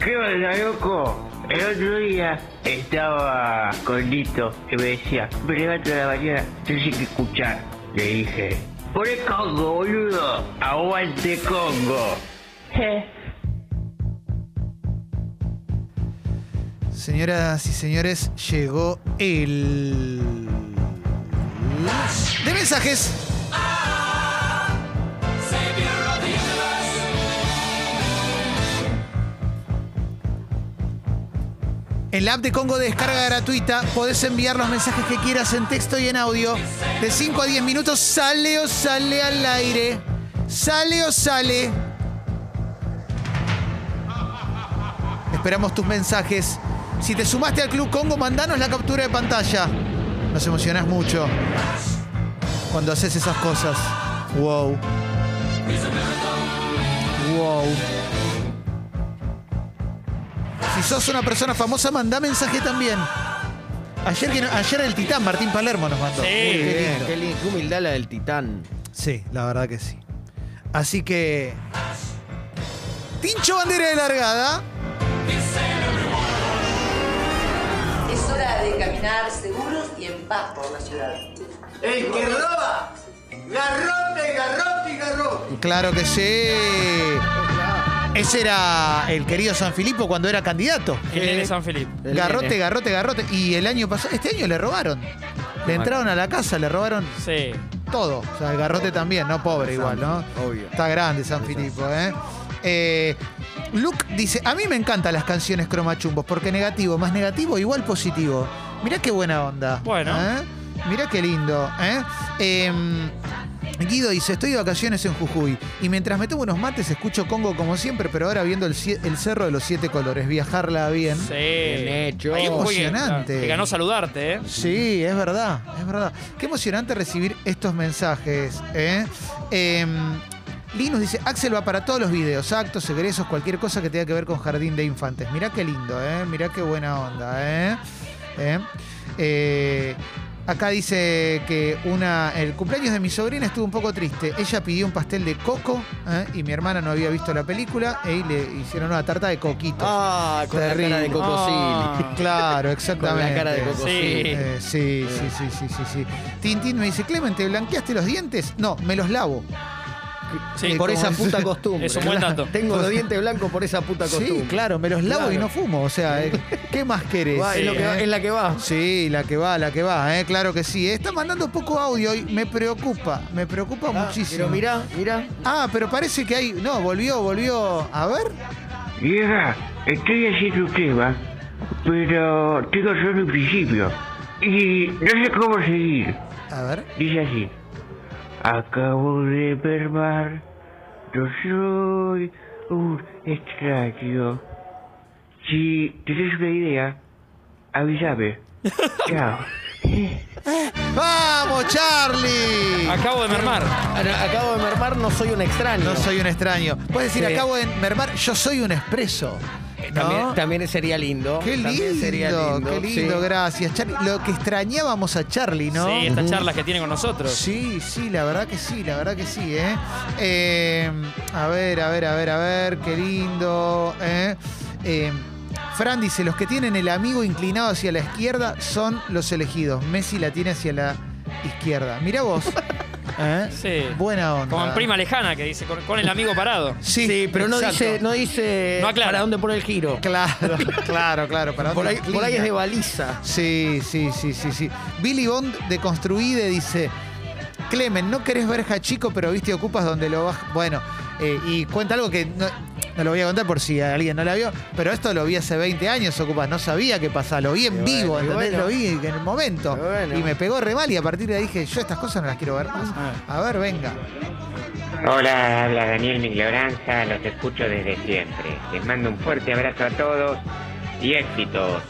¿Qué onda, loco? El otro día estaba con Lito y me decía, me levanto a la mañana, tienes que escuchar. Le dije, poné Congo, boludo, aguante Congo. Señoras y señores, llegó el. de mensajes. En la app de Congo de descarga gratuita podés enviar los mensajes que quieras en texto y en audio. De 5 a 10 minutos sale o sale al aire. Sale o sale. Esperamos tus mensajes. Si te sumaste al Club Congo, mandanos la captura de pantalla. Nos emocionás mucho cuando haces esas cosas. Wow. Wow. Si sos una persona famosa, mandá mensaje también. Ayer, que no- ayer el titán Martín Palermo nos mandó. Sí. Uy, qué lindo. Qué linda humildad la del titán. Sí, la verdad que sí. Así que. Tincho bandera de largada. Es hora de caminar seguros y en paz por la ciudad. ¡El que roba! ¡Garrote, garrote, garrote! Claro que sí. Ese era el querido San Filipo cuando era candidato. El nene San Felipe. El Garrote, nene. garrote, garrote. Y el año pasado, este año le robaron. Le entraron a la casa, le robaron Sí. todo. O sea, el garrote también, ¿no? Pobre igual, ¿no? Obvio. Está grande San Filipo, ¿eh? Eh, Luke dice, a mí me encantan las canciones cromachumbos, porque negativo, más negativo, igual positivo. Mirá qué buena onda. Bueno. ¿eh? Mirá qué lindo, ¿eh? Em, Guido dice, estoy de vacaciones en Jujuy y mientras me tomo unos mates escucho Congo como siempre, pero ahora viendo el, cie- el cerro de los siete colores, viajarla bien. Sí. Bien hecho. Ahí un juegue- Emocionante. Te ganó saludarte, ¿eh? Sí, es verdad, es verdad. Qué emocionante recibir estos mensajes. ¿eh? Em, Linus dice, Axel va para todos los videos, actos, egresos, cualquier cosa que tenga que ver con Jardín de Infantes. Mirá qué lindo, ¿eh? mirá qué buena onda. ¿eh? ¿Eh? Eh, acá dice que una, el cumpleaños de mi sobrina estuvo un poco triste. Ella pidió un pastel de coco ¿eh? y mi hermana no había visto la película ¿eh? y le hicieron una tarta de coquito. Ah, con la cara de Terrible. Cocosini. Ah. Claro, Con exactamente. la cara de Cocosini. Eh, sí, sí, sí, sí, sí, sí. Tintín me dice, Clemen, ¿te blanqueaste los dientes? No, me los lavo. Sí. Eh, Por como esa es- puta costumbre. Es un buen dato. Tengo los dientes blancos por esa puta costumbre. Sí, claro, me los lavo Claro. y no fumo. O sea, eh, ¿qué más querés? Va, es, lo que va- Eh, es la que va. Sí, la que va, la que va, eh, claro que sí. Está mandando poco audio y me preocupa, me preocupa Ah, muchísimo. Pero mirá, mirá. Ah, pero parece que hay. No, volvió, volvió. A ver. Vieja, estoy haciendo un tema, pero tengo solo un principio. Y no sé cómo seguir. A ver. Dice así. Acabo de permar, yo soy un extraño. Si tienes una idea, avísame. Chao. ¡Vamos, Charlie! Acabo de mermar. Ana, Acabo de mermar, no soy un extraño. No soy un extraño. Puedes decir, Sí. acabo de mermar, yo soy un expreso. ¿no? También, también sería lindo. Qué También lindo, sería qué lindo, sí. gracias, Charlie. Lo que extrañábamos a Charlie, ¿no? Sí, estas charlas que tiene con nosotros. Sí, sí, la verdad que sí, la verdad que sí, ¿eh? Eh, A ver, a ver, a ver, a ver, qué lindo, ¿eh? Eh, Fran dice, los que tienen el amigo inclinado hacia la izquierda son los elegidos. Messi la tiene hacia la izquierda. Mira vos. ¿eh? Sí. Buena onda. Con prima lejana que dice, con, con el amigo parado. Sí, Sí, pero no exacto. dice, no dice No aclara. para dónde pone el giro. Claro, claro, claro. ¿para Por dónde ahí, por ahí inclina? es de baliza. Sí, sí, sí, sí, sí. Billy Bond de Construide dice, Clemen, no querés ver Chico, pero viste ocupas donde lo vas. Bueno, eh, y cuenta algo que no, no lo voy a contar por si alguien no la vio, pero esto lo vi hace 20 años, ocupas, no sabía qué pasaba, lo vi en Y vivo, bueno, y ¿entendés? bueno. Lo vi en el momento. Y bueno. Y me pegó re mal y a partir de ahí dije, yo estas cosas no las quiero ver más. Ah. A ver, venga. Hola, habla Daniel Migloranza, los escucho desde siempre. Les mando un fuerte abrazo a todos y éxitos.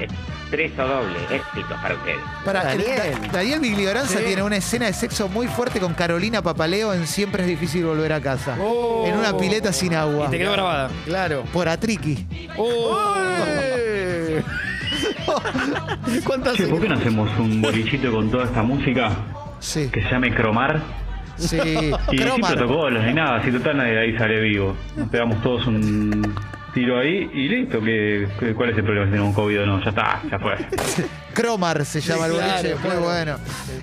Eh, expreso doble, éxitos para ustedes. Para, Daniel. Da- Daniel Miglioranza Sí. tiene una escena de sexo muy fuerte con Carolina Papaleo en Siempre es difícil volver a casa. Oh. En una pileta sin agua. Y te quedó grabada. Oh. Claro. Por Atriqui. ¡Eh! ¿Cuántas ¿Por qué no hacemos un bolichito con toda esta música Sí, que se llame Cromar? sí. Y Cromar. protocolos ni nada, si total nadie de ahí sale vivo. Nos pegamos todos un tiro ahí y listo. que que- ¿Cuál es el problema si tengo un COVID o no? Ya está, ya fue. Cromar se llama el claro, boliche, muy claro. bueno.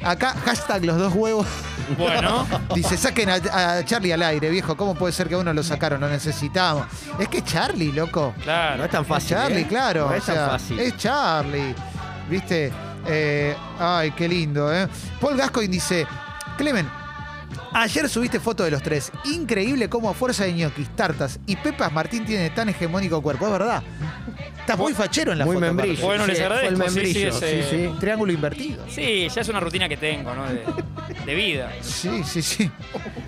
Acá, hashtag los dos huevos. Bueno, Dice, saquen a, a Charlie al aire, viejo. ¿Cómo puede ser que a uno lo sacaron? Lo necesitamos. Es que Charlie, loco. No claro. es tan Es fácil. Charlie, ¿eh? claro. No o es tan sea, fácil. Es Charlie. ¿Viste? Eh, ay, qué lindo, ¿eh? Paul Gascoigne dice, Clemen, ayer subiste foto de los tres. Increíble cómo a fuerza de ñoquis, tartas y pepas Martín tiene tan hegemónico cuerpo. Es verdad. Estás muy fachero en la Muy foto. aparte. membrillo. Bueno, les Sí, fue el agradezco, sí, sí, membrillo, ese- sí, sí. Triángulo invertido. Sí, ya es una rutina que tengo, ¿no? De, de vida. Sí, sí, sí.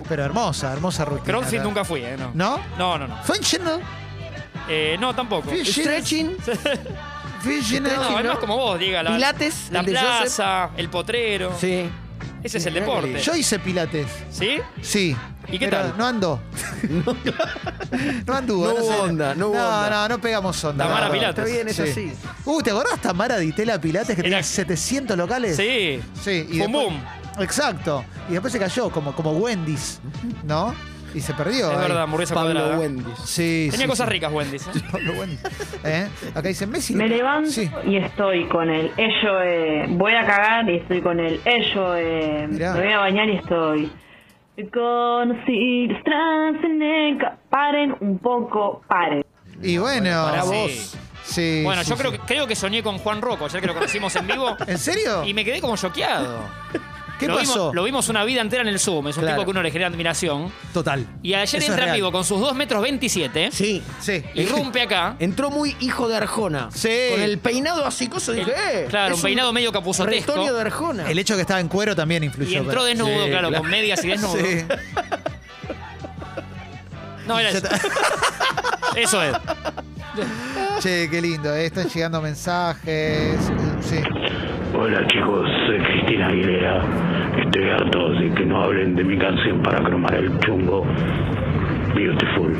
Pero hermosa, hermosa rutina. Crossfit la- nunca fui, ¿eh? No. ¿No? No, no, no. Functional, Eh, no, tampoco. Fish. Stretching, functional. No, es más como vos, diga. La, Pilates, La el de plaza, el potrero. sí. Ese es el Mirá que deporte. lindo. Yo hice pilates. ¿Sí? Sí. ¿Y qué pero tal? No andó. no anduvo. No hubo sé. onda, no hubo no, onda. No, no pegamos onda. Tamara la verdad. Pilates. Ah, Está bien, es así. Uh, ¿te acordás Tamara Ditela Pilates que Era- tenía 700 locales? Sí. Sí. Y Boom, después- boom. Exacto. Y después se cayó, como, como Wendy's, ¿no? Y se perdió. Es ahí. verdad, hamburguesa Pablo cuadrada. Wendy's. Sí, Tenía sí, cosas sí. ricas, Wendy's. ¿eh? Pablo Wendy's. ¿Eh? Acá dice Messi. Me levanto Sí. y estoy con el ello, eh, voy a cagar y estoy con el ello, eh, Mirá. me voy a bañar y estoy. Conocí Schwarzenegger. paren un poco, paren. Y bueno. para sí. vos. Sí. Bueno, sí, yo sí. creo, que, creo que soñé con Juan Rocco, ayer que lo conocimos en vivo. ¿En serio? Y me quedé como choqueado. ¿Qué lo pasó? Vimos, lo vimos una vida entera en el Zoom. Es un Claro. tipo que uno le genera admiración. Total. Y ayer Eso es entra en real. vivo con sus 2 metros 27. Sí. Sí. Irrumpe acá. Entró muy hijo de Arjona. Sí. Con el peinado así, cosa dije, eh, claro, es un peinado medio capuzotesco. retoño de Arjona. El hecho de que estaba en cuero también influyó. Y entró pero- desnudo, Sí, claro, claro. con medias y desnudo. Sí. No, era eso. Eso es. Che, qué lindo, eh, están llegando mensajes. Sí. Hola chicos, soy Cristina Aguilera. Estoy harto de que no hablen de mi canción para cromar el chungo. Beautiful.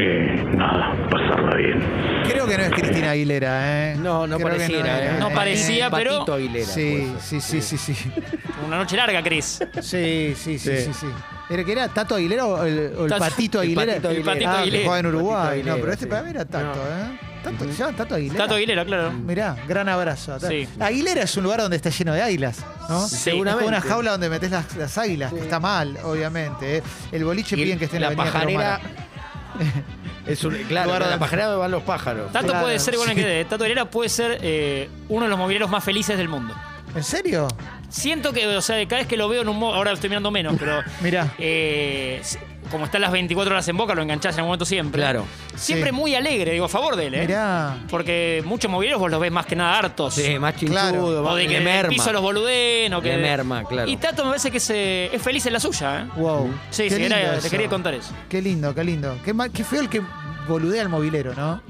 Eh, nada, pasarla bien. Creo que no es Cristina Aguilera, ¿eh? No, no Creo que pareciera. era, eh. No eh. parecía, pero- Patito Aguilera, Sí, puede ser. sí, sí, sí, sí. Una noche larga, Chris. Sí, sí, sí, sí, Sí. sí. ¿Era que era Tato Aguilera o el, o el Tato- Patito el Aguilera? Patito Aguilera. El Patito ah, Aguilera. que jugaba en Uruguay. Patito no, pero este Aguilera, para mí era Tato, ¿eh? Tato, ¿se llama Tato Aguilera? Tato Aguilera, claro. Mirá, gran abrazo. a Tato. Sí. Aguilera es un lugar donde está lleno de águilas, ¿no? Sí. Es como Seguramente. una jaula donde metes las, las águilas, que está mal, obviamente. ¿eh? El boliche Y piden que esté en la, la avenida pajarera. Caromara. Es un, claro, Lugar en de- la pajarera van los pájaros. Tato Claro, puede ser, igual sí. que de- Tato Aguilera puede ser eh, uno de los mobileros más felices del mundo. ¿En serio? Siento que, o sea, cada vez que lo veo en un mo- ahora lo estoy mirando menos, pero Mirá. eh, si- como está las 24 horas en boca, lo enganchás en algún momento siempre. Claro. Siempre Sí. muy alegre, digo, a favor de él, ¿eh? Mirá. Porque muchos mobileros vos los ves más que nada hartos. Sí, más chinchudo, Claro. más o de que le en el merma. piso los boluden o que. Le merma, claro. Y Tato me parece que se, es feliz en la suya, ¿eh? Wow. Sí, Qué sí, lindo era- eso. te quería contar eso. Qué lindo, qué lindo. Qué, mal- qué feo el que boludea al mobilero, ¿no?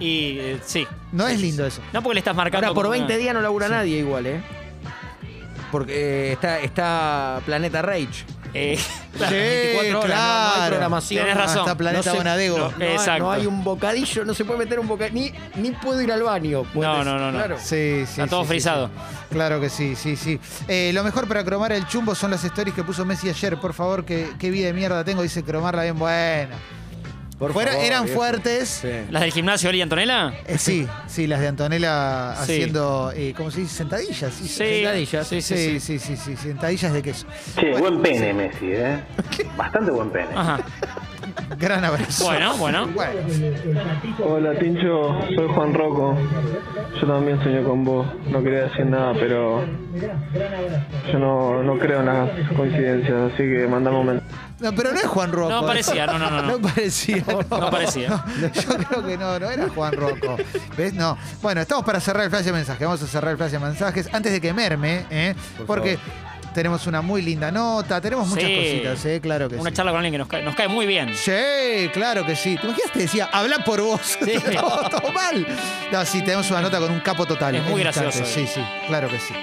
Y eh, sí. No es lindo eso. No porque le estás marcando. Ahora por como una- 20 días no labura nadie igual, ¿eh? Porque eh, está, está Planeta Rage. Eh, Las 24 horas, no- no hay programación. Tenés razón. Hasta Planeta No sé- Bonadego. No, hay- Exacto. no hay un bocadillo, no se puede meter un bocadillo. Ni, ni puedo ir al baño. puede No, ser, no, no, no. Claro. Sí, sí. Está sí, todo sí, frisado. sí. Claro que sí, sí, sí. Eh, lo mejor para cromar el chumbo son las stories que puso Messi ayer. Por favor, que, qué vida de mierda tengo. Dice cromarla bien buena. Por Fuera- favor, eran viejo. fuertes. Sí. ¿Las del gimnasio Oli y Antonella? Eh, sí, sí, las de Antonella Sí. haciendo, eh, ¿cómo se dice? Sentadillas. Sí, Sentadillas, Sí, sí, sí, sí. sí, sí, sí, sentadillas de queso. Che, buen pene, Messi, ¿eh? Bastante buen pene. Ajá. Gran abrazo. Bueno, bueno. Bueno, Hola Tincho, soy Juan Rocco. Yo también sueño con vos. No quería decir nada, pero yo no, no creo en las coincidencias, así que mandamos un mensaje. No, pero no es Juan ¿eh? Rocco. No parecía, no, no, no, no. No parecía. No, no parecía. No, yo creo que no, no era Juan Rocco. ¿Ves? No. Bueno, estamos para cerrar el flash de mensajes. Vamos a cerrar el flash de mensajes antes de que merme, ¿eh? porque tenemos una muy linda nota, tenemos muchas Sí. cositas, ¿eh? Claro que Una sí. charla con alguien que nos cae, nos cae muy bien. Sí, claro que sí. ¿Te imaginas te decía, habla por vos? todo, todo mal. No, sí, tenemos una nota con un capo total. Es muy En instantes. gracioso, eh. Sí, sí, claro que sí.